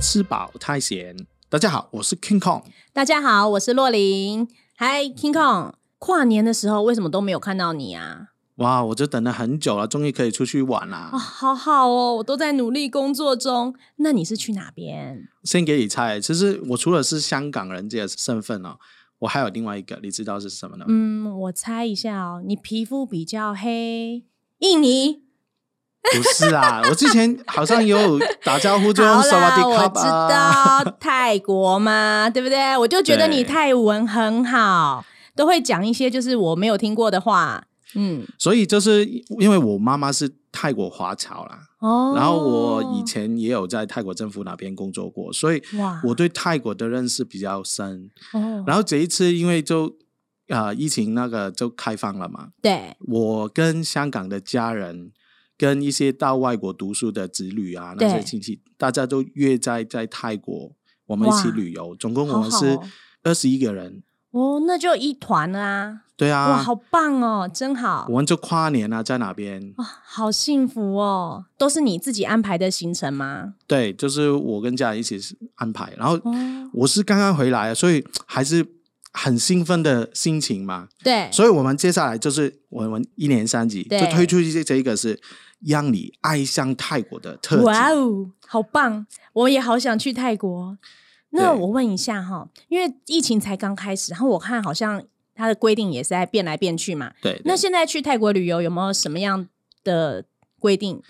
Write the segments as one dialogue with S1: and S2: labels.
S1: 吃饱太闲。大家好，我是 King Kong。
S2: 大家好，我是洛琳。嗨，King Kong，跨年的时候为什么都没有看到你啊？
S1: 哇，我就等了很久了，终于可以出去玩啦！
S2: 啊、好好哦，我都在努力工作中。那你是去哪边？
S1: 先给你猜，其实我除了是香港人这个身份哦，我还有另外一个，你知道是什么呢？
S2: 嗯，我猜一下哦，你皮肤比较黑，印尼。
S1: 不是啊，我之前好像也有打招呼就用 啊
S2: 好
S1: s a w a
S2: 啦，
S1: d
S2: 我
S1: i
S2: 知
S1: k a
S2: 道泰国嘛， 对不对？我就觉得你
S1: 对
S2: 泰文很好，都会讲一些就是我没有听过的话。嗯，
S1: 所以就是因为我妈妈是泰国华侨啦，
S2: 哦。
S1: 然后我以前也有在泰国政府那边工作过，所以
S2: 哇
S1: 我对泰国的认识比较深。
S2: 哦，
S1: 然后这一次因为就啊、呃疫情那个就开放了嘛，
S2: 对
S1: 我跟香港的家人，跟一些到外国读书的子女啊，那
S2: 对
S1: 些亲戚，大家都约在在泰国，我们一起
S2: 哇
S1: 旅游。总共
S2: 好
S1: 我们
S2: 好
S1: 是
S2: 哦
S1: 二十一个人，
S2: 哦，那就一团啦、
S1: 对啊，
S2: 哇，好棒哦，真好
S1: 我们就跨年啊，在哪边？
S2: 哇，好幸福哦！都是你自己安排的行程吗？
S1: 对，就是我跟家人一起安排。然后
S2: 哦，
S1: 我是刚刚回来，啊所以还是很兴奋的心情嘛。
S2: 对，
S1: 所以我们接下来就是我们一年三集就
S2: 对
S1: 推出这这一个是让你爱上泰国的特辑。
S2: 哇哦，好棒！我也好想去泰国。那
S1: 对
S2: 我问一下哈，因为疫情才刚开始，然后我看好像它的规定也是在变来变去嘛。
S1: 对，对
S2: 那现在去泰国旅游有没有什么样的规定？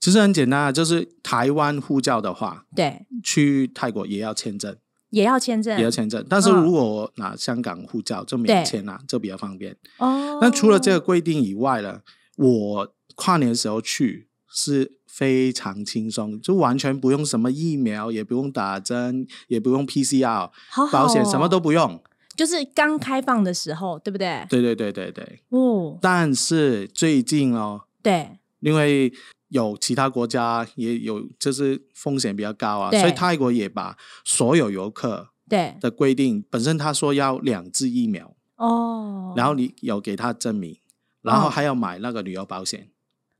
S1: 其实很简单啊，就是台湾护照的话，
S2: 对，
S1: 去泰国也要签证，
S2: 也要签证
S1: 也要签证。但是
S2: 嗯
S1: 如果我拿香港护照就免签啦、这比较方便。
S2: 哦。
S1: 那除了这个规定以外呢，我跨年的时候去是非常轻松，就完全不用什么疫苗，也不用打针，也不用 PCR
S2: 好好、哦、
S1: 保险，什么都不用。
S2: 就是刚开放的时候，对不对？
S1: 对对对对对。
S2: 哦，
S1: 但是最近哦，
S2: 对，
S1: 因为有其他国家也有，就是风险比较高啊，
S2: 对
S1: 所以泰国也把所有游客
S2: 对，
S1: 的规定，本身他说要两支疫苗，
S2: 哦，
S1: 然后你有给他证明，然后还要买那个旅游保险，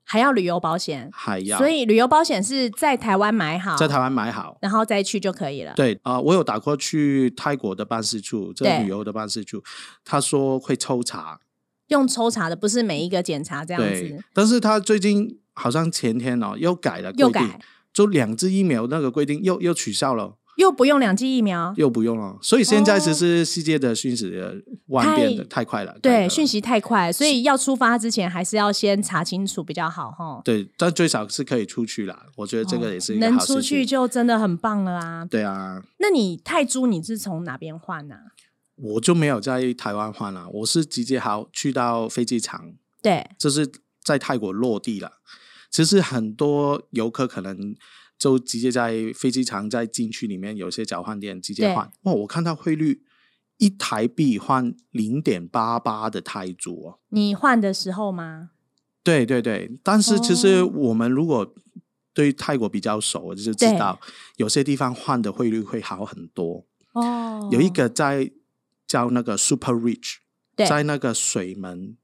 S2: 还要旅游保险，
S1: 还要
S2: 所以旅哦游保险是在台湾买好，
S1: 在台湾买好。
S2: 然后再去就可以了。
S1: 对啊、我有打过去泰国的办事处，这
S2: 对
S1: 旅游的办事处，他说会抽查，
S2: 用抽查的，不是每一个检查这样
S1: 对
S2: 子，，
S1: 但是他最近好像前天哦又改了规
S2: 又
S1: 定
S2: 改，
S1: 就两支疫苗那个规定又又取消了。
S2: 又不用两剂疫苗，
S1: 又不用了，所以现在
S2: 哦
S1: 其实世界的讯息的万变的太快了。改
S2: 对，
S1: 革
S2: 讯息太快，所以要出发之前还是要先查清楚比较好哈。
S1: 对，但最少是可以出去啦。我觉得这个也是一个
S2: 哦能
S1: 好
S2: 出
S1: 事
S2: 去
S1: 情。
S2: 就真的很棒了啊！
S1: 对啊，
S2: 那你泰铢你是从哪边换啊？
S1: 我就没有在台湾换了，我是直接好去到飞机场，
S2: 对，
S1: 就是在泰国落地了。其实很多游客可能就直接在飞机场在禁区里面有些交换店直接换。哇，我看到汇率一台币换零点八八的泰铢哦。
S2: 你换的时候吗？
S1: 对对对，但是其实
S2: 哦
S1: 我们如果对泰国比较熟，就是知
S2: 对
S1: 道有些地方换的汇率会好很多。
S2: 哦，
S1: 有一个在叫那个 Super Rich，
S2: 对
S1: 在那个水门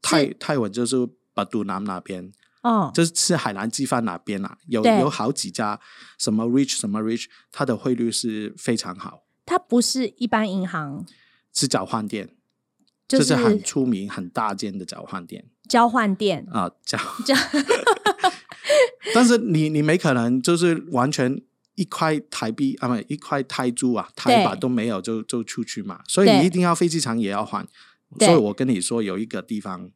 S1: 泰泰文就是巴都南那边，
S2: 哦，
S1: 就是吃海南鸡饭那边啊，有
S2: 对
S1: 有好几家什么 Rich 什么 Rich，它的汇率是非常好，
S2: 它不是一般银行，
S1: 是交换店，
S2: 就
S1: 这是很
S2: 是
S1: 出名很大间的交换店
S2: 交换店，
S1: 啊， 交
S2: 交
S1: 但是你你没可能就是完全一块台币啊，不一块泰铢啊，台吧
S2: 对
S1: 都没有就就出去嘛，所以你
S2: 对
S1: 一定要飞机场也要换。
S2: 对
S1: 所以我跟你说，有一个地方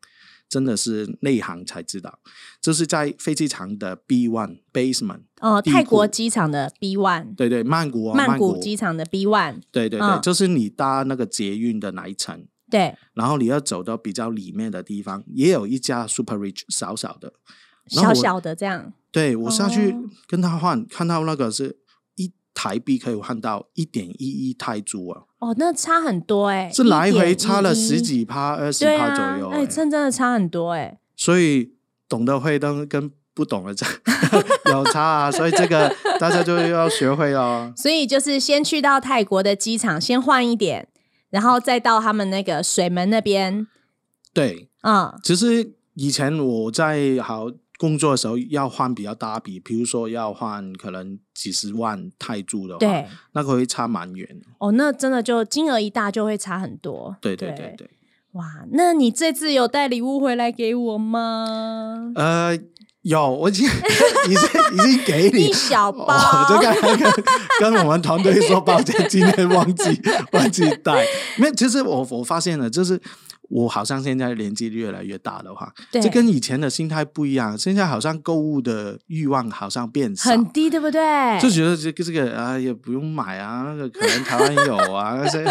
S1: 真的是内行才知道，就是在飞机场的 B one basement，
S2: 哦，
S1: 地
S2: 泰国
S1: 库
S2: 机场的 B One，
S1: 对对，曼谷哦，
S2: 曼
S1: 谷
S2: 谷机，场的 B One，
S1: 对对对，
S2: 嗯
S1: 就是你搭那个捷运的那一层，
S2: 对，
S1: 然后你要走到比较里面的地方，也有一家 super rich 少少的，然后
S2: 小
S1: 我
S2: 小的这样，
S1: 对我下去
S2: 哦
S1: 跟他换，看到那个是一台币可以换到一点一一泰铢啊，
S2: 哦，那差很多哎、
S1: 是来回差了
S2: 1.11
S1: 十，几趴、二十
S2: 对
S1: 趴
S2: 啊，
S1: 左右、
S2: 哎、
S1: 欸
S2: 真真的差很多哎、
S1: 所以懂得会灯跟不懂的这 有差啊，所以这个大家就要学会 哦。
S2: 所以就是先去到泰国的机场，先换一点，然后再到他们那个水门那边，
S1: 对，
S2: 嗯，
S1: 其实以前我在好工作的时候要换比较大笔，比如说要换可能几十万泰铢的话，
S2: 对，
S1: 那个会差蛮远的。
S2: 哦，那真的就金额一大就会差很多。
S1: 对对对对，
S2: 哇，那你这次有带礼物回来给我吗？
S1: 呃，有，我已经 已经已经给你
S2: 一。小包，
S1: 我就跟跟跟我们团队说抱歉，今天忘记忘记带。没有，其实我我发现了，就是我好像现在年纪越来越大的话，
S2: 对
S1: 这跟以前的心态不一样。现在好像购物的欲望好像变少，
S2: 很低，对不对？
S1: 就觉得这个这个啊也不用买啊，那个可能台湾有 啊，那些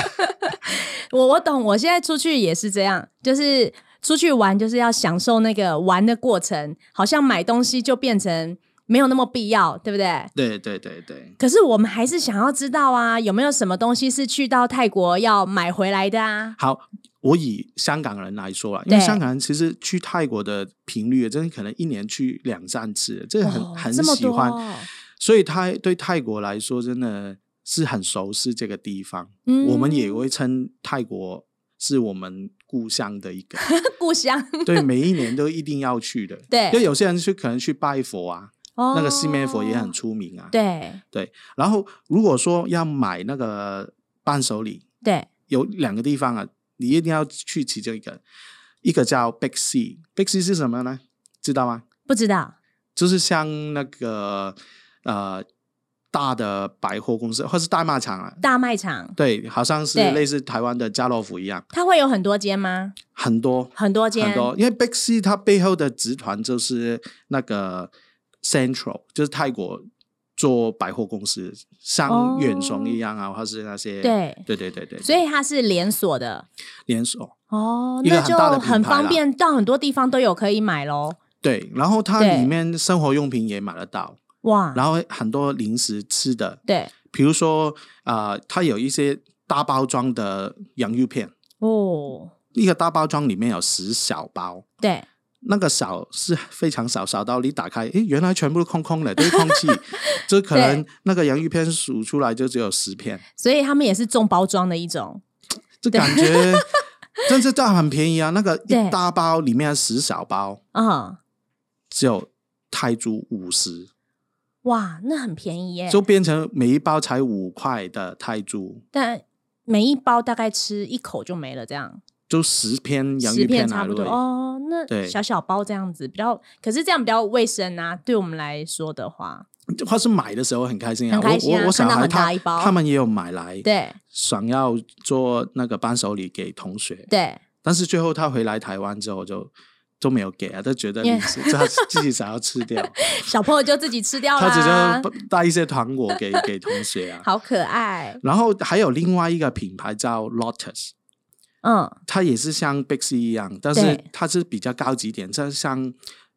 S2: 我我懂，我现在出去也是这样，就是出去玩就是要享受那个玩的过程，好像买东西就变成没有那么必要，对不对？
S1: 对对对对
S2: 可是我们还是想要知道啊，有没有什么东西是去到泰国要买回来的啊？
S1: 好。我以香港人来说啦，啊因为
S2: 对
S1: 香港人其实去泰国的频率，啊真的可能一年去两三次，这个很、
S2: 哦
S1: 很
S2: 这么
S1: 喜
S2: 多
S1: 欢。
S2: 哦，
S1: 所以泰对泰国来说，真的是很熟悉这个地方。
S2: 嗯
S1: 我们也会称泰国是我们故乡的 一个，
S2: 故乡
S1: 对，每一年都一定要去的。因
S2: 对
S1: 为有些人去可能去拜佛啊，
S2: 哦
S1: 那个四面佛也很出名啊。
S2: 对
S1: 然后如果说要买那个伴手礼，
S2: 对
S1: 有两个地方啊，你一定要去其中一个，一个叫 Big C，Big C 是什么呢？知道吗？
S2: 不知道
S1: 就是像那个呃大的百货公司或是大卖场啊，
S2: 大卖场
S1: 对，好像是
S2: 对
S1: 类似台湾的家乐福一样，
S2: 它会有很多间吗？
S1: 很多
S2: 很多间，
S1: 很多，因为 Big C 它背后的集团就是那个 Central，就是泰国做百货公司，像
S2: 哦
S1: 远雄一样啊，或是那些
S2: 对
S1: 对对对对，
S2: 所以它是连锁的
S1: 连锁
S2: 哦，
S1: 一个
S2: 那
S1: 很
S2: 就
S1: 大的品
S2: 很
S1: 牌
S2: 方
S1: 啦
S2: 便，到很多地方都有可以买喽。
S1: 对，然后它
S2: 对
S1: 里面生活用品也买得到，
S2: 哇，
S1: 然后很多零食吃的，
S2: 对
S1: 比如说啊、呃它有一些大包装的洋芋片，
S2: 哦，
S1: 一个大包装里面有十小包。
S2: 对，
S1: 那个少是非常少，少到你打开，诶，原来全部都空空 的，都是空气，就可能那个洋芋片数出来就只有十片，
S2: 所以他们也是重包装的一种。
S1: 这感 觉但是这很便宜啊！那个
S2: 对
S1: 一大包里面十小包
S2: 嗯，
S1: 只有泰铢五十，
S2: 哇，那很便宜耶。
S1: 就变成每一包才五块的泰铢，
S2: 但每一包大概吃一口就没了，这样
S1: 就十片洋
S2: 十
S1: 芋
S2: 片
S1: 片啊，
S2: 差不多
S1: 对
S2: 哦。那
S1: 对
S2: 小小包这样子比较，可是这样比较卫生啊。对我们来说的话，
S1: 或是买的时候很开心啊，
S2: 很开心啊
S1: 我我我小
S2: 看到
S1: 孩
S2: 很大
S1: 他
S2: 一包
S1: 他们也有买来，
S2: 对
S1: 想要做那个伴手礼给同学，
S2: 对，
S1: 但是最后他回来台湾之后就都没有给啊，他觉得
S2: 因为
S1: 你是他自己想要吃 掉，
S2: 小朋友就自己吃掉
S1: 他
S2: 啦
S1: 只，是带一些糖果给给同学啊。
S2: 好可爱。
S1: 然后还有另外一个品牌叫 Lotus，
S2: 嗯，
S1: 它也是像 Big C 一样，但是
S2: 对
S1: 它是比较高级一点，像像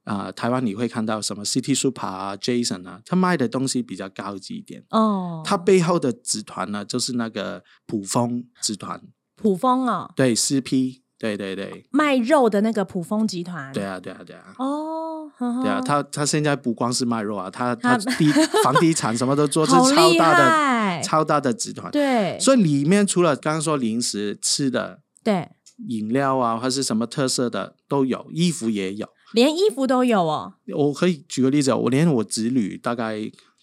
S1: 啊、呃台湾你会看到什么 City Super 啊、Jason 啊，它卖的东西比较高级一点。
S2: 哦，
S1: 它背后的集团呢，就是那个普丰集团，
S2: 普丰哦，
S1: 对，CP，对对对，
S2: 卖肉的那个普丰集团。
S1: 对啊，对啊，对啊。
S2: 哦，
S1: 对啊，
S2: 呵呵
S1: 他他现在不光是卖肉啊，他
S2: 他
S1: 他地房地产什么都 做，是
S2: 好
S1: 超
S2: 厉
S1: 大
S2: 害
S1: 的，超大的集团。
S2: 对，
S1: 所以里面除了刚刚说零食、吃的、
S2: 对，
S1: 饮料啊，或是什么特色的都有，衣服也有。
S2: 连衣服都有哦。
S1: 我可以举个例子哦，我连我侄女大概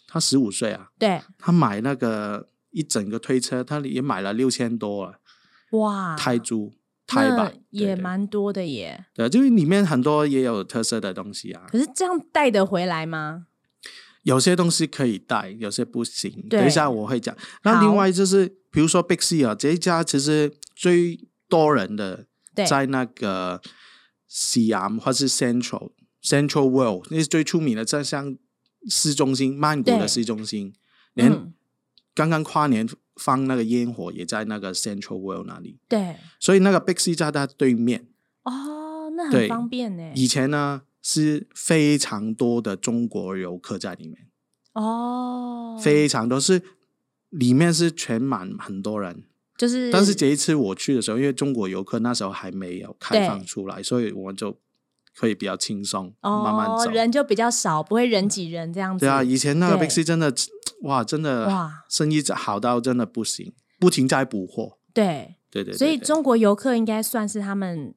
S1: 她十五岁啊，
S2: 对，
S1: 她买那个一整个推车，她也买了六千多啊，
S2: 哇，
S1: 泰铢、泰
S2: 那
S1: 吧，
S2: 也
S1: 对对
S2: 蛮多的耶。
S1: 对，啊就是里面很多也有特色的东西啊。
S2: 可是这样带得回来吗？
S1: 有些东西可以带，有些不行。
S2: 对
S1: 等一下我会讲。那另外就是，比如说 Big C 啊，这一家其实最多人的
S2: 对
S1: 在那个西安或是 Central Central World，那是最出名的，在像市中心曼谷
S2: 对
S1: 的市中心，连
S2: 嗯，
S1: 刚刚跨年放那个烟火也在那个 Central World 那里，
S2: 对，
S1: 所以那个 Big C 在它对面。
S2: 哦，那很
S1: 对
S2: 方便呢。
S1: 以前呢是非常多的中国游客在里面。
S2: 哦，
S1: 非常多，是里面是全满很多人。
S2: 就是，
S1: 但是这一次我去的时候，因为中国游客那时候还没有开放出来，所以我们就可以比较轻松、
S2: 哦，
S1: 慢慢走。
S2: 人就比较少，不会人挤人这样子。
S1: 对啊，以前那个
S2: 对
S1: Big C 真的哇，真的
S2: 哇，
S1: 生意好到真的不行，不停在补货。
S2: 对，
S1: 对对对
S2: 所以
S1: 对
S2: 中国游客应该算是他们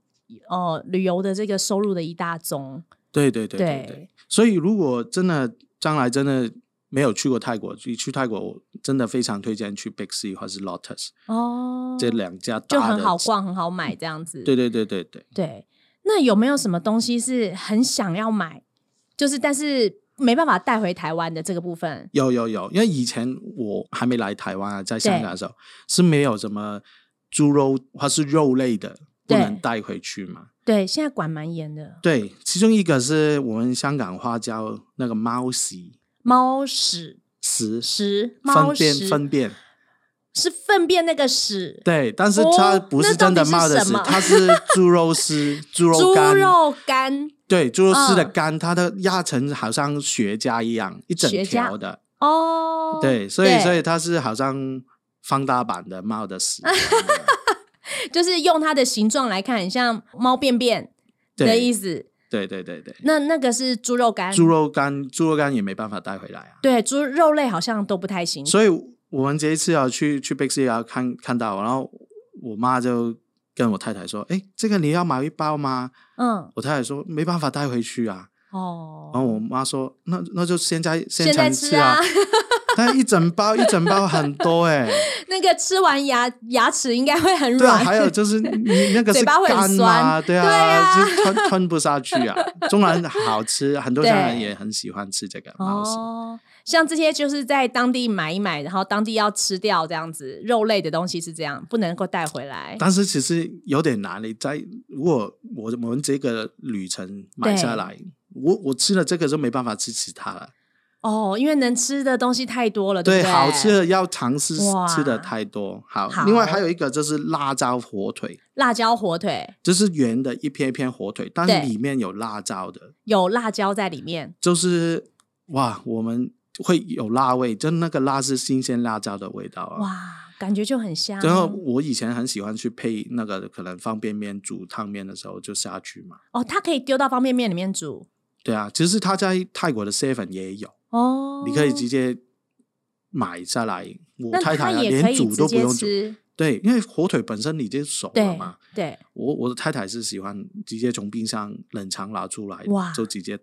S2: 哦、呃旅游的这个收入的一大宗。
S1: 对对对对对。所以如果真的将来真的没有去过泰国，你去泰国我真的非常推荐去 Big C 或是 Lotus、
S2: 哦，
S1: 这两家大
S2: 就
S1: 的
S2: 很好。逛，很好买这样子。
S1: 对对对对对，
S2: 对，那有没有什么东西是很想要买，就是但是没办法带回台湾的这个部分？
S1: 有有有，因为以前我还没来台湾啊，在香港的时候是没有什么猪肉或是肉类的不
S2: 对
S1: 能带回去嘛。
S2: 对，现在管蛮严的，
S1: 对，其中一个是我们香港话叫那个猫屎
S2: 猫屎
S1: 屎
S2: 屎猫
S1: 粪便
S2: 屎
S1: 粪便，
S2: 是粪便那个屎，
S1: 对，但是
S2: 哦
S1: 它不是
S2: 那到
S1: 真
S2: 底
S1: 的
S2: 是
S1: 猫的
S2: 什
S1: 屎
S2: 么，
S1: 它是猪肉丝、猪肉
S2: 猪
S1: 干、
S2: 肉干
S1: 对，猪肉丝的
S2: 嗯
S1: 干，它的压成好像雪茄一样，一整
S2: 雪茄
S1: 条的。
S2: 嗯哦，
S1: 对，所以
S2: 对
S1: 所以它是好像放大版的猫的屎这样 的。
S2: 就是用它的形状来看，很像猫便便的
S1: 对
S2: 意思。
S1: 对对对对，
S2: 那那个是猪肉干，
S1: 猪肉干猪肉干也没办法带回来啊。
S2: 对猪肉类好像都不太行。
S1: 所以我们这一次啊去去 Big C 啊看看到，然后我妈就跟我太太说：“哎，这个你要买一包吗
S2: 嗯？”，
S1: 我太太说：“没办法带回去啊。”
S2: 哦，
S1: 然后我妈说：“那那就现在现
S2: 现在
S1: 成
S2: 吃
S1: 吃
S2: 啊
S1: 啊。” 但一整包一整包很多 哎、
S2: 那个吃完牙牙齿应该会很
S1: 对啊，
S2: 软。
S1: 还有就是你那个
S2: 嘴
S1: 是
S2: 巴会很
S1: 干啊，
S2: 酸
S1: 对
S2: 对
S1: 啊，
S2: 啊
S1: 就吞吞不下去啊。 中国人好吃，很多
S2: 对
S1: 香港人也很喜欢吃这个猫屎。
S2: 哦，像这些就是在当地买一买，然后当地要吃掉这样子，肉类的东西是这样，不能够带回来。
S1: 但是其实有点难，你在如果我我们这个旅程买下来，我我吃了这个就没办法吃其他了。
S2: 哦，因为能吃的东西太多了，
S1: 对，
S2: 不对？
S1: 好吃的要尝试
S2: 哇
S1: 吃的太多。好，
S2: 好
S1: 另外还有一个就是辣椒火腿，
S2: 辣椒火腿
S1: 就是圆的一片一片火腿，但
S2: 对
S1: 里面有辣椒的，
S2: 有辣椒在里面，
S1: 就是哇，我们会有辣味，就那个辣是新鲜辣椒的味道啊。
S2: 哇，感觉就很香。
S1: 然后我以前很喜欢去配那个可能方便面煮汤面的时候就下去嘛。
S2: 哦，它可以丢到方便面里面煮
S1: 对啊，其实它在泰国的 seven 也有，
S2: 哦。
S1: 你可以直接买下来。我
S2: 那
S1: 太
S2: 它
S1: 太啊
S2: 也可
S1: 连
S2: 以
S1: 煮
S2: 直
S1: 都不
S2: 接
S1: 用煮，
S2: 吃，
S1: 对，因为火腿本身已经熟了
S2: 对
S1: 嘛。
S2: 对，
S1: 我我的太太是喜欢直接从冰箱冷藏拿出来，
S2: 哇
S1: 就直接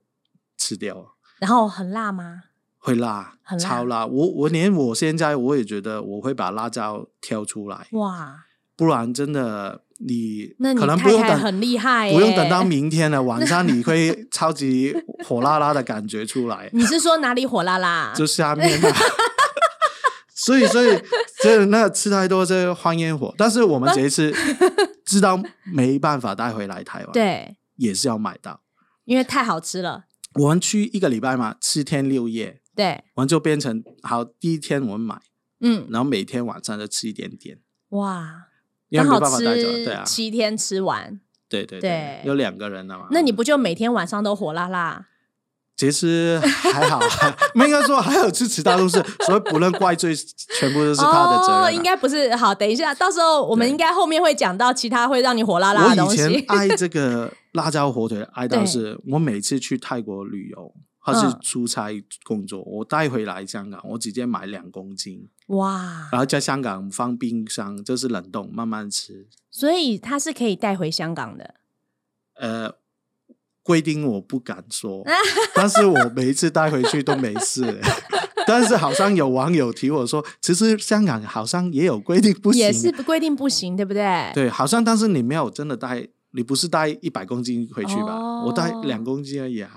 S1: 吃掉了。
S2: 然后很辣吗？
S1: 会辣，
S2: 很辣
S1: 超辣。我我连我现在我也觉得我会把辣椒挑出来，
S2: 哇，
S1: 不然真的你
S2: 那你
S1: 可能不
S2: 太
S1: 用
S2: 太
S1: 等
S2: 很厉害耶，
S1: 不用等到明天了，晚上你会超级火辣辣的感觉出来，
S2: 你是说哪里火辣辣？
S1: 就下面 嘛。所以，所以，这那吃太多这放烟火，但是我
S2: 啊
S1: 们这一次知道没办法带回来台湾，，
S2: 对，
S1: 也是要买到。
S2: 因为太好吃了。
S1: 我们去一个礼拜嘛，七天六夜，
S2: 对，
S1: 我们就变成好，第一天我们买，
S2: 嗯，
S1: 然后每天晚上就吃一点点，
S2: 哇，
S1: 因为没
S2: 刚好
S1: 办法带走，
S2: 吃
S1: 对啊，
S2: 七天吃完，
S1: 对对
S2: 对
S1: 有两个人了嘛。
S2: 那你不就每天晚上都火辣辣？
S1: 其实还好，没应该说还有吃其他东西，所以不能怪罪，全部都是他的责任啊、
S2: 哦，应该不是。好，等一下，到时候我们
S1: 对
S2: 应该后面会讲到其他会让你火辣辣的东
S1: 我以前啊
S2: 西。
S1: 爱这个辣椒火腿，爱到
S2: 对
S1: 是我每次去泰国旅游或是
S2: 嗯
S1: 出差工作，我带回来香港，我直接买两公斤，
S2: 哇，
S1: 然后在香港放冰箱，就是冷冻慢慢吃。
S2: 所以它是可以带回香港的。
S1: 呃，规定我不敢 说，但是我每一次带回去都没事。欸但是好像有网友提我说，其实香港好像也有规定不行，
S2: 也是不规定不行，对不对？
S1: 对，好像但是你没有真的带，你不是带一百公斤回去吧？我带
S2: 哦
S1: 两公斤而已啊，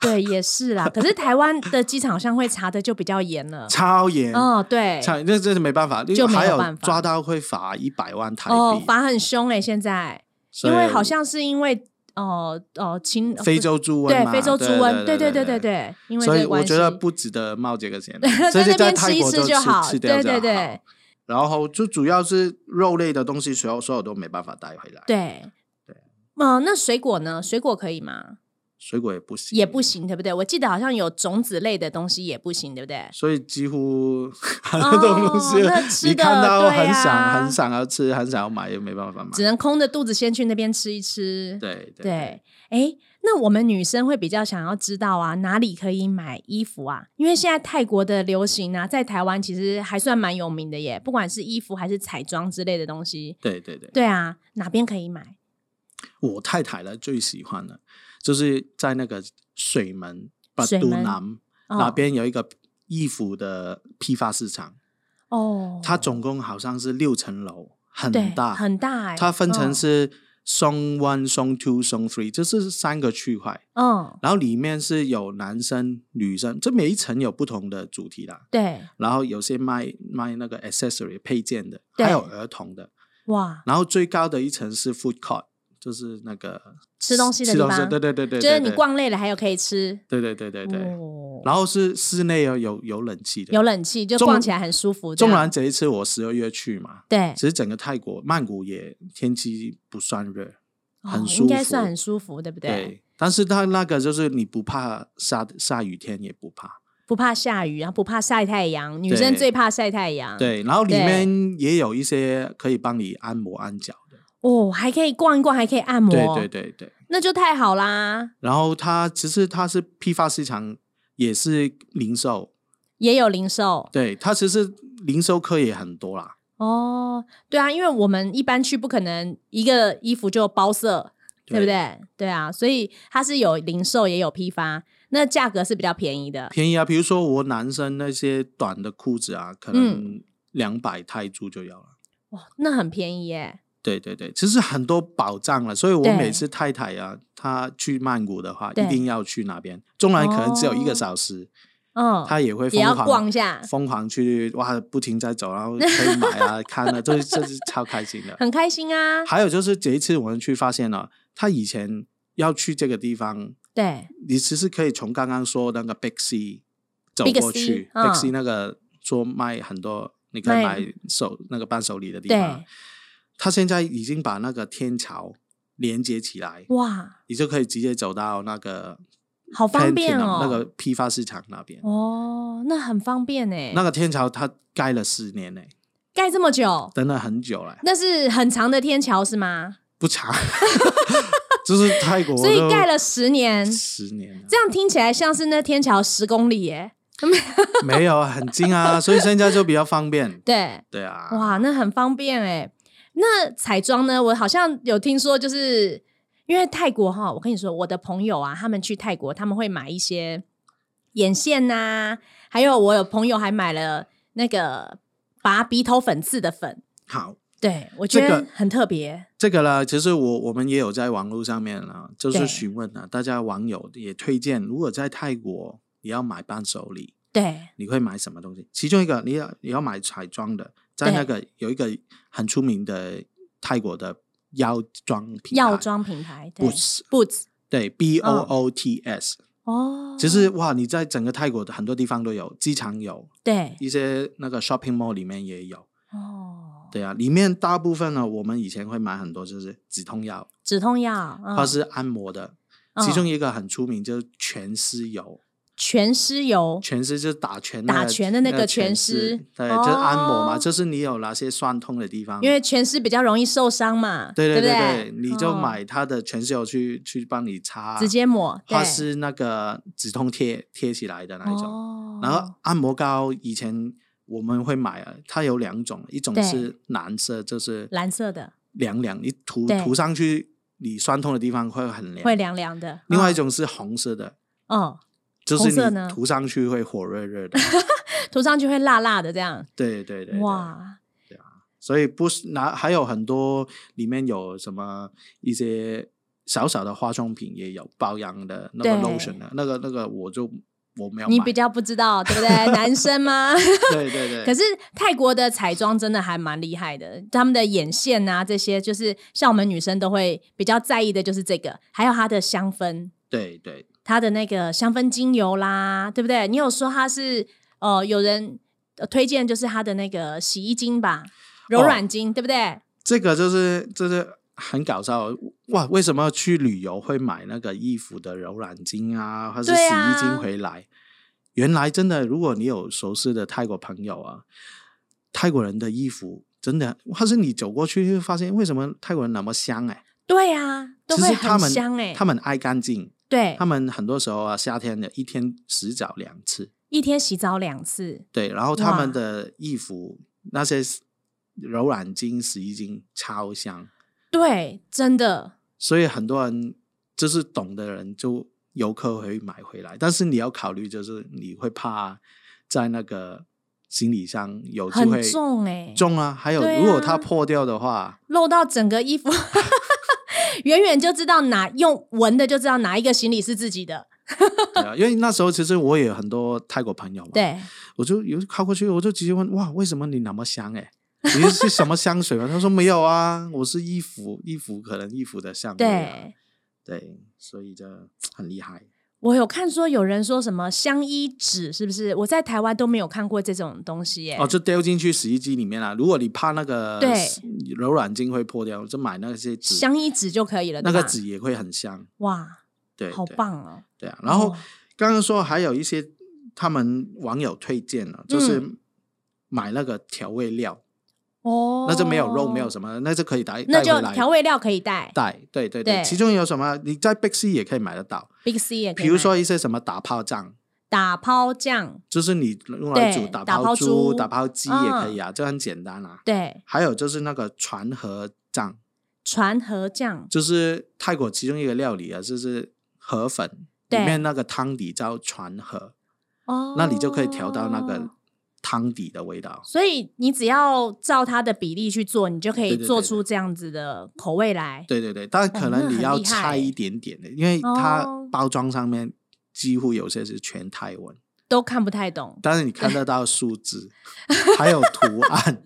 S2: 对也是啦。可是台湾的机场好像会查的就比较严了。
S1: 超严，
S2: 哦，对，
S1: 超这这是没办法，
S2: 就没
S1: 还
S2: 有
S1: 有
S2: 办法
S1: 抓到会罚一百万台币，
S2: 哦，罚很凶哎、现在，
S1: 所
S2: 因为
S1: 以
S2: 好像是因为哦哦禽
S1: 非洲猪瘟
S2: 对
S1: 嘛，
S2: 非洲猪瘟，
S1: 对对
S2: 对对对对对，因为
S1: 所
S2: 这
S1: 以
S2: 个
S1: 我
S2: 关系
S1: 觉得不值得冒这 个险
S2: 在，
S1: 所以
S2: 那
S1: 在
S2: 边
S1: 泰
S2: 吃一
S1: 国都
S2: 吃就好，
S1: 吃掉
S2: 对
S1: 就
S2: 对
S1: 好
S2: 对
S1: 然后就主要是肉类的东西，所有所有都没办法带回来。，
S2: 对
S1: 对。
S2: 嗯、那水果呢？水果可以吗？
S1: 水果也不行，
S2: 也不。行，对不对？我记得好像有种子类的东西也不行，对不对？
S1: 所以几乎 很多东西，
S2: 哦那吃
S1: 你
S2: 的
S1: 看到
S2: 对
S1: 很想、
S2: 啊
S1: 很想要吃，很想要买，又没办法买。
S2: 只能空着肚子先去那边吃一吃。
S1: 对对
S2: 对，哎，那我们女生会比较想要知道啊，哪里可以买衣服啊？因为现在泰国的流行啊，在台湾其实还算蛮有名的耶，不管是衣服还是彩妆之类的东西。
S1: 对对对，
S2: 对啊，哪边可以买？
S1: 我太太呢最喜欢了，就是在那个水门巴
S2: 水
S1: 都
S2: 门
S1: 南
S2: 哦
S1: 那边有一个衣服的批发市场，
S2: 哦，
S1: 它总共好像是六层楼，很
S2: 对
S1: 大，
S2: 很大欸，
S1: 它分成
S2: 嗯
S1: 是 Song One、Song Two、Song Three，这是三个区块，
S2: 嗯，
S1: 然后里面是有男生、女生，这每一层有不同的主题啦。
S2: 对，
S1: 然后有些卖卖那个 accessory 配件的，
S2: 对
S1: 还有儿童的。
S2: 哇，
S1: 然后最高的一层是 food court，就是那个
S2: 吃东西
S1: 吃
S2: 的地
S1: 东
S2: 方
S1: 西，对对对对，
S2: 就是你
S1: 对，
S2: 逛累了还有可以吃，
S1: 对对对对对。
S2: 哦
S1: 然后是室内有有有冷气的，
S2: 有冷气，就
S1: 纵
S2: 逛起来很舒服这
S1: 纵
S2: 样。
S1: 然这一次我十二月去嘛，
S2: 对，
S1: 其实整个泰国曼谷也天气不算热，很
S2: 哦
S1: 舒
S2: 应
S1: 服
S2: 该算很舒服，对不对？
S1: 但是它那个就是你不怕下下雨天也不怕，
S2: 不怕下雨，然后不怕晒太阳，女生
S1: 对
S2: 最怕晒太阳。，
S1: 对。然后里
S2: 嗯对
S1: 面也有一些可以帮你按摩按脚的，
S2: 哦，还可以逛一逛，还可以按摩，
S1: 对对对对。
S2: 那就太好啦。
S1: 然后它其实它是批发市场，也是零售，
S2: 也有零售
S1: 对，它其实零售客也很多啦。
S2: 哦，对啊，因为我们一般去不可能一个衣服就包色，对不？对？对啊，所以它是有零售也有批发，那价格是比较便宜的。
S1: 便宜啊，比如说我男生那些短的裤子啊，
S2: 嗯
S1: 可能两百泰铢就要了。
S2: 哇，那很便宜耶！
S1: 对对对，其实很多保障了，所以我
S2: 对
S1: 每次太太啊，她去曼谷的话，
S2: 对
S1: 一定要去那边。纵然可能只有一
S2: 哦
S1: 个小时，
S2: 嗯，
S1: 她也会
S2: 也
S1: 疯
S2: 要
S1: 狂
S2: 逛一下，
S1: 疯狂去哇，不停在走，然 后可以买啊、看啊，这这是超开心的。
S2: 很开心啊。
S1: 还有就是这一次我们去发现了，他以前要去这个地方，
S2: 对，
S1: 你其实可以从刚刚说那个 Big C 走
S2: Big
S1: 过
S2: C，
S1: 去
S2: 嗯
S1: ，Big C 那个说卖很多，你可以
S2: 卖
S1: 买手那个伴手礼的地
S2: 对
S1: 方，他现在已经把那个天桥连接起来，
S2: 哇，
S1: 你就可以直接走到那个
S2: 好方便
S1: Platinum，
S2: 哦
S1: 那个批发市场那边。
S2: 哦，那很方便哎。
S1: 那个天桥它盖了四年呢、
S2: 盖这么久，
S1: 等了很久了，
S2: 那是很长的天桥是吗？
S1: 不长，就是 泰国，
S2: 所以盖了十年，
S1: 十年了。
S2: 这样听起来像是那天桥十公里耶。
S1: 没有很近啊，所以现在就比较方便。
S2: 对，
S1: 对啊，
S2: 哇，那很方便哎。那彩妆呢？我好像有听说，就是因为泰国哈，我跟你说，我的朋友啊，他们去泰国，他们会买一些眼线呐、还有我有朋友还买了那个拔鼻头粉刺的粉，
S1: 好，
S2: 对我觉得
S1: 这个
S2: 很特别。
S1: 这个啦，其实我我们也有在网络上面啊，就
S2: 对
S1: 是询问啊，大家网友也推荐，如果在泰国你要买伴手礼，
S2: 对，
S1: 你会买什么东西？其中一个你要你要买彩妆的，在那个有一个很出名的泰国的药妆品牌
S2: 药妆品牌对
S1: Boots，
S2: Boots
S1: 对 B O O T S，、
S2: 哦，
S1: 其实哇，你在整个泰国的很多地方都有，机场有，
S2: 对
S1: 一些那个 shopping mall 里面也有。
S2: 哦，
S1: 对啊，里面大部分呢，我们以前会买很多，就是止痛药，
S2: 止痛药，嗯
S1: 或是按摩的。
S2: 嗯
S1: 其中一个很出名就是全尸油，
S2: 全尸油
S1: 全尸就是打拳
S2: 打
S1: 那个
S2: 拳的那
S1: 那
S2: 个全
S1: 全
S2: 尸
S1: 对，就是按摩
S2: 哦
S1: 嘛，就是你有哪些酸痛的地方，
S2: 因为全尸比较容易受伤嘛，
S1: 对
S2: 对
S1: 对
S2: 不
S1: 你就
S2: 哦
S1: 买它的全尸油去去帮你擦，
S2: 直接抹，
S1: 它
S2: 对
S1: 是那个止痛贴贴起来的那一种，
S2: 哦
S1: 然后按摩膏以前。我们会买啊，它有两种，一种
S2: 对
S1: 是蓝色，就是
S2: 蓝色的
S1: 凉凉，你涂
S2: 对
S1: 涂上去，你酸痛的地方会很凉。
S2: 会凉凉的，
S1: 另外一
S2: 嗯
S1: 种是红色的，
S2: 哦，
S1: 就是
S2: 红色呢
S1: 你涂上去会火热 热的。
S2: 涂上去会辣辣的这样，
S1: 对对对，对！
S2: 哇，
S1: 所以不是那还有很多里面有什么一些小小的化妆品也有保养的那个
S2: 对
S1: lotion 的，那个那个我就我没有
S2: 你
S1: 买
S2: 比较不知道 对不对？男生吗？
S1: 对对对，
S2: 可是泰国的彩妆真的还蛮厉害的，他们的眼线啊这些，就是像我们女生都会比较在意的，就是这个，还有它的香氛，
S1: 对对
S2: 它的那个香氛精油啦，对不对？你有说它是呃，有人呃推荐就是它的那个洗衣精吧，柔
S1: 哦
S2: 软精，对不对？
S1: 这个就是就是很搞笑哇！为什么去旅游会买那个衣服的柔软巾啊，或是洗
S2: 对啊
S1: 衣精回来？原来真的，如果你有熟识的泰国朋友啊，泰国人的衣服真的，或是你走过去就会发现，为什么泰国人那么香、欸？
S2: 对啊，都
S1: 其
S2: 会
S1: 实他
S2: 很
S1: 们
S2: 香哎、
S1: 他们爱干净，
S2: 对
S1: 他，们很多时候啊，夏天的一天洗澡两次，
S2: 一天洗澡两次，
S1: 对，然后他
S2: 哇
S1: 们的衣服那些柔软巾、洗衣精超香。
S2: 对，真的
S1: 所以很多人就是懂的人就游客会买回来，但是你要考虑就是你会怕在那个行李箱有机会
S2: 很重欸
S1: 重啊，还有
S2: 对啊
S1: 如果它破掉的 话，
S2: 漏到整个衣服， 远远就知道哪用闻的就知道哪一个行李是自己的。
S1: 对啊，因为那时候其实我也有很多泰国朋友嘛，
S2: 对，
S1: 我就有靠过去，我就直接问哇，为什么你那么香哎、你是什么香水吗？ 他说没有啊，我是衣服，衣服可能衣服的香味、啊
S2: 对。
S1: 对，所以这很厉害。
S2: 我有看说有人说什么香衣纸，是不是？我在台湾都没有看过这种东西耶、
S1: 哦，就丢进去洗衣机里面啊。如果你怕那个
S2: 对
S1: 柔软巾会破掉，就买那些纸，
S2: 香衣纸就可以了，
S1: 那
S2: 对
S1: 个
S2: 吧
S1: 纸也会很香。
S2: 哇，
S1: 对，
S2: 好
S1: 对
S2: 棒哦！
S1: 对啊，然后
S2: 哦
S1: 刚刚说还有一些他们网友推荐了，
S2: 嗯
S1: 就是买那个调味料，
S2: 哦，
S1: 那就没有肉，没有什么，那就可以带
S2: 那
S1: 带
S2: 就
S1: 回来
S2: 调味料可以带
S1: 带。对对对，
S2: 对
S1: 其中有什么你在 Big C 也可以买得到，
S2: ，Big C 也可以
S1: 比
S2: 买。
S1: 如说一些什么打泡酱。
S2: 打抛酱，
S1: 就是你用来煮
S2: 对
S1: 打
S2: 打
S1: 泡
S2: 泡
S1: 猪、
S2: 猪嗯
S1: 打泡鸡也可以啊，这很简单啊。
S2: 对，
S1: 还有就是那个船和酱，
S2: 船和酱，
S1: 就是泰国其中一个料理啊，就是河粉里
S2: 对
S1: 面那个汤底叫船河，
S2: 哦，
S1: 那你就可以调到那个。汤底的味道。
S2: 所以你只要照它的比例去做，你就可
S1: 对
S2: 以
S1: 对对
S2: 做
S1: 对
S2: 出这样子的口味来。
S1: 对对对，但可
S2: 那
S1: 能
S2: 很
S1: 你要
S2: 厉害
S1: 差
S2: 欸
S1: 一点点的，因为它
S2: 哦
S1: 包装上面几乎有些是全泰 文，
S2: 都看不太懂。
S1: 但是你看得到数字，还有图 案，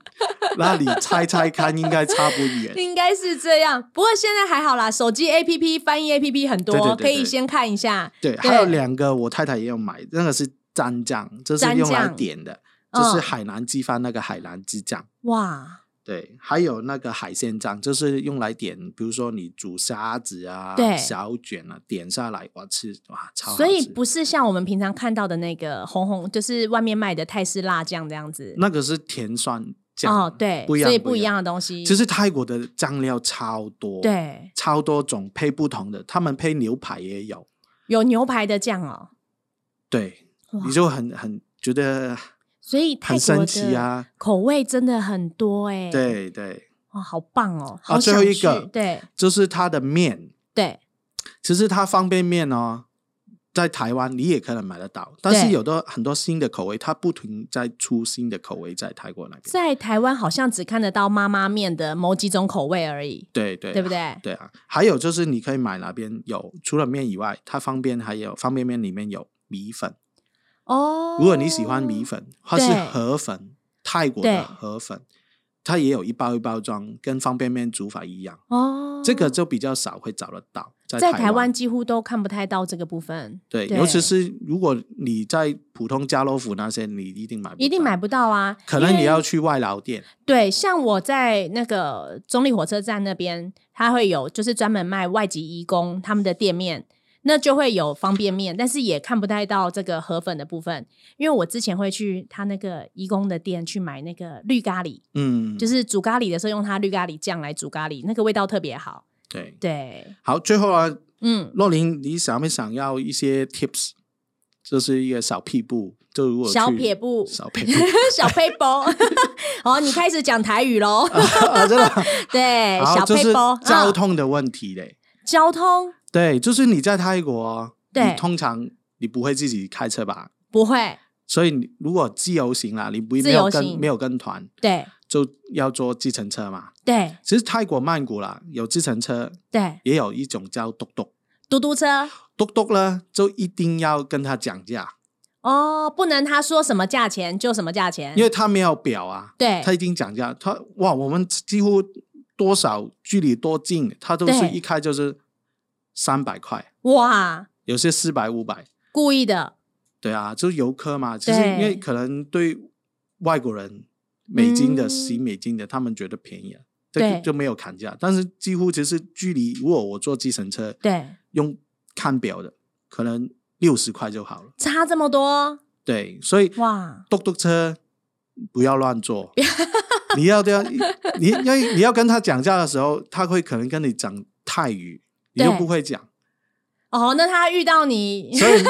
S1: 那你猜猜看，应该差不远。
S2: 应该是这样，不过现在还好啦，手机 APP 翻译 APP 很多，
S1: 对对对对
S2: 可以先看一下。
S1: 对，
S2: 对
S1: 还有两个我太太也有买，那个是蘸酱，这是
S2: 蘸
S1: 用来
S2: 酱
S1: 点的，就是
S2: 嗯
S1: 海南鸡饭那个海南鸡酱。
S2: 哇，
S1: 对，还有那个海鲜酱，就是用来点，比如说你煮虾子啊、
S2: 对
S1: 小卷啊，点下来哇吃哇超好吃。
S2: 所以不是像我们平常看到的那个红红，就是外面卖的泰式辣酱这样子。
S1: 那个是甜酸酱
S2: 哦，对，
S1: 不一样，
S2: 所以不一样
S1: 样
S2: 的东西。
S1: 其实泰国的酱料超多，，
S2: 对，
S1: 超多种配不同的，他们配牛排也有，
S2: 有牛排的酱哦，
S1: 对，
S2: 哇
S1: 你就很很觉得
S2: 所以泰
S1: 很神
S2: 国
S1: 奇
S2: 的
S1: 啊。
S2: 口味真的很多哎、，
S1: 对对，
S2: 哇，好棒哦！
S1: 啊
S2: 好想
S1: 最后一个
S2: 去对
S1: 就是它的面，
S2: 对，
S1: 其实它方便面哦，在台湾你也可能买得到，但是有的很多新的口味，它不停在出新的口味在泰国那边。
S2: 在台湾好像只看得到妈妈面的某几种口味而已，
S1: 对对
S2: 对不？对？
S1: 对啊，还有就是你可以买哪边有，除了面以外，它方便还有方便面里面有米粉，
S2: 哦，
S1: 如果你喜欢米粉，它是
S2: 对
S1: 河粉，泰国
S2: 对
S1: 的河粉，它也有一包一包装，跟方便面煮法一样，
S2: 哦，
S1: 这个就比较少会找得到，在
S2: 在
S1: 台
S2: 台湾几乎都看不太到这个部分，
S1: 对，
S2: 对
S1: 尤其是如果你在普通家乐福那些，你一定买不到
S2: 一定买不到啊。
S1: 可能
S2: 因为
S1: 你要去外劳店，
S2: 对，像我在那个中立火车站那边，它会有就是专门卖外籍移工他们的店面，那就会有方便面，但是也看不太到这个河粉的部分，因为我之前会去他那个移工的店去买那个绿咖喱，
S1: 嗯，
S2: 就是煮咖喱的时候用它绿咖喱酱来煮咖喱，那个味道特别好。
S1: 对。
S2: 对，
S1: 好，最后啊，
S2: 嗯，
S1: 洛琳，你想不想要一些 tips？这是一个小屁步，就如果
S2: 小
S1: 去
S2: 撇步
S1: 小撇步
S2: 小 paper，哦，你开始讲台语喽。
S1: 啊，真的。
S2: 对，
S1: 好，
S2: 小
S1: 就是
S2: 背包，
S1: 交
S2: 嗯
S1: 通的问题嘞。
S2: 交通
S1: 对，就是你在泰国，啊
S2: 对
S1: 你通常你不会自己开车吧？
S2: 不会，
S1: 所以你如果自由行啦，你不
S2: 自
S1: 没有
S2: 由
S1: 跟
S2: 行
S1: 没有跟团，
S2: 对
S1: 就要坐计程车嘛。
S2: 对
S1: 其实泰国曼谷啦，有计程车，
S2: 对，
S1: 也有一种叫嘟嘟，
S2: 嘟嘟车
S1: 嘟嘟呢就一定要跟他讲价，
S2: 哦，不能他说什么价钱就什么价钱，
S1: 因为他没有表啊，
S2: 嗯对
S1: 他一定讲价。他哇，我们几乎多少距离多近，他都是
S2: 对
S1: 一开就是三百块，
S2: 哇，
S1: 有些四百五百。
S2: 故意的，
S1: 对啊，就是游客嘛，其实
S2: 对
S1: 因为可能对外国人美金的、
S2: 嗯
S1: 洗美金的，他们觉得便宜啊，
S2: 对
S1: 这就没有砍价。但是几乎其实距离，如果我坐计程车
S2: 对，
S1: 用看表的，可能六十块就好了。
S2: 差这么多，
S1: 对，所以
S2: 哇，
S1: 嘟嘟车不要乱坐， 你要要你因为你要跟他讲价的时候，他会可能跟你讲泰语，你又
S2: 对
S1: 不会讲，
S2: 哦，那他遇到你，
S1: 所以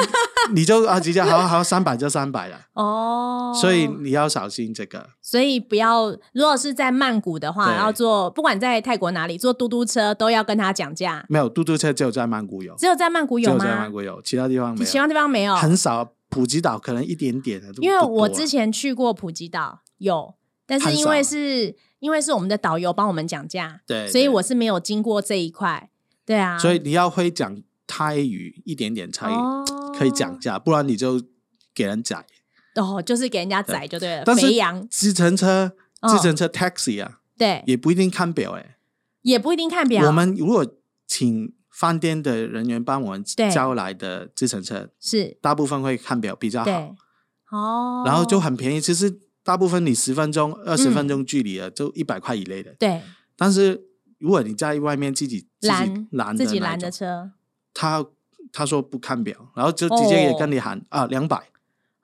S1: 你 就啊直接好好三百就三百了，
S2: 哦，
S1: 所以你要小心这个。
S2: 所以不要，如果是在曼谷的话，
S1: 对
S2: 然后坐不管在泰国哪里坐嘟嘟车，都要跟他讲价。
S1: 没有嘟嘟车只有在曼谷有，
S2: 只有在曼谷
S1: 只
S2: 有
S1: 有在曼
S2: 吗？
S1: 谷有，其他地方没
S2: 其
S1: 有，
S2: 他地方没有，
S1: 很少。普吉岛可能一点点的，都
S2: 因为
S1: 不多
S2: 我
S1: 了
S2: 之前去过普吉岛有，但是
S1: 很
S2: 因为
S1: 少
S2: 是因为是我们的导游帮我们讲价，
S1: 对，
S2: 所以
S1: 对
S2: 我是没有经过这一块。对啊，
S1: 所以你要会讲泰语一点点才
S2: 哦
S1: 可以讲价，不然你就给人宰。
S2: 哦，就是给人家宰就对了，
S1: 但是
S2: 肥羊
S1: 计程车、
S2: 哦
S1: 计程车 taxi 啊，
S2: 对，
S1: 也不一定看表哎、
S2: 也不一定看表，
S1: 我们如果请饭店的人员帮我们
S2: 对
S1: 招来的计程车，
S2: 是
S1: 大部分会看表比较啊好，
S2: 对哦，嗯
S1: 然后就很便宜。其实大部分你十分钟、二十分钟距离啊，就一百块以内的。
S2: 对
S1: 但是如果你在外面自己自己
S2: 拦
S1: 拦
S2: 自己拦
S1: 的那
S2: 的
S1: 种，
S2: 车，
S1: 他他说不看表，然后就直接也跟你喊、啊两百、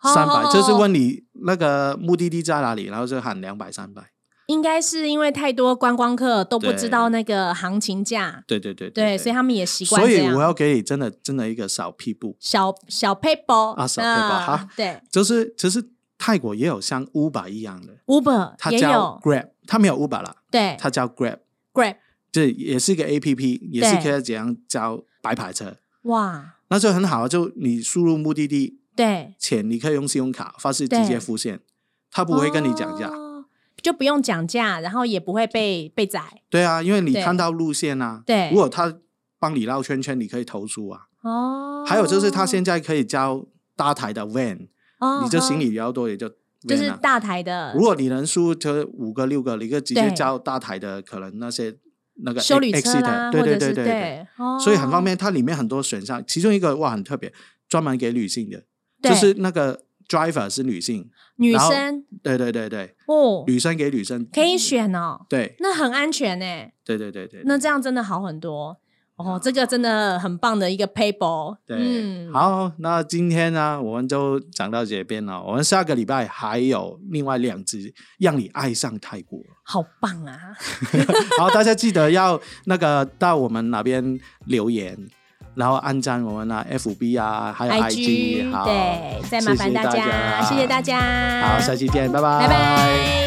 S2: 哦
S1: 三百，就是
S2: 哦
S1: 问你那个目的地在哪里，然后就喊两百、三百。
S2: 应该是因为太多观光客都不
S1: 对
S2: 知道那个行情价，
S1: 对对对
S2: 对，
S1: 对，
S2: 所以他们也习惯
S1: 所
S2: 这
S1: 以我
S2: 样。
S1: 要给你真的真的一个小屁股，
S2: 小小 paper
S1: 啊小 paper，哈
S2: 对
S1: 就是其实泰国也有像 Uber 一样的，它
S2: ，Uber 也
S1: 叫
S2: 有，
S1: Grab，它没有 Uber 啦，
S2: 对
S1: 它叫 Grab，
S2: ，Grab，
S1: 这也是一个 A P P，也是可以怎样叫白牌车，
S2: 哇，
S1: 那就很好啊，就你输入目的地，
S2: 对，
S1: 钱你可以用信用卡方式直
S2: 对
S1: 接付现，它不会跟你讲价。
S2: 哦，就不用讲价，然后也不会被被宰，
S1: 对啊，因为你
S2: 对
S1: 看到路线啊，
S2: 对
S1: 如果他帮你绕圈圈，你可以投诉啊。
S2: 哦。
S1: 还有就是他现在可以交大台的 van，、
S2: 哦，
S1: 你就行
S2: 哦
S1: 李比较多，也就 van 啊
S2: 就是大台的
S1: 如果你能输这五个六个，你就直接
S2: 对
S1: 交大台的可能那些那个
S2: 修理
S1: ex-
S2: 车啦，
S1: exit，对
S2: 或
S1: 对
S2: 者
S1: 对
S2: 是
S1: 对对，
S2: 对，哦
S1: 所以很方。便。它里面很多选项，其中一个哇很特别，专门给女性的，
S2: 对
S1: 就是那个 driver 是女性，
S2: 女
S1: 然后
S2: 生
S1: 对对对对，
S2: 哦，
S1: 女生给女生，
S2: 可以选哦，
S1: 对
S2: 那很安全呢。
S1: 对对对对，
S2: 那这样真的好很多哦，这个真的很棒的一个 paper。哦嗯
S1: 对，，好，那今天呢，我们就讲到这边了。我们下个礼拜还有另外两只让你爱上泰国。
S2: 好棒啊！
S1: 好，大家记得要那个到我们那边留言，然后按赞我们啊，FB 啊，还有
S2: IG，
S1: 好，
S2: 对，再麻烦
S1: 谢谢
S2: 家，谢谢大
S1: 家，
S2: 家，
S1: 好，下期见，拜拜，
S2: 拜拜。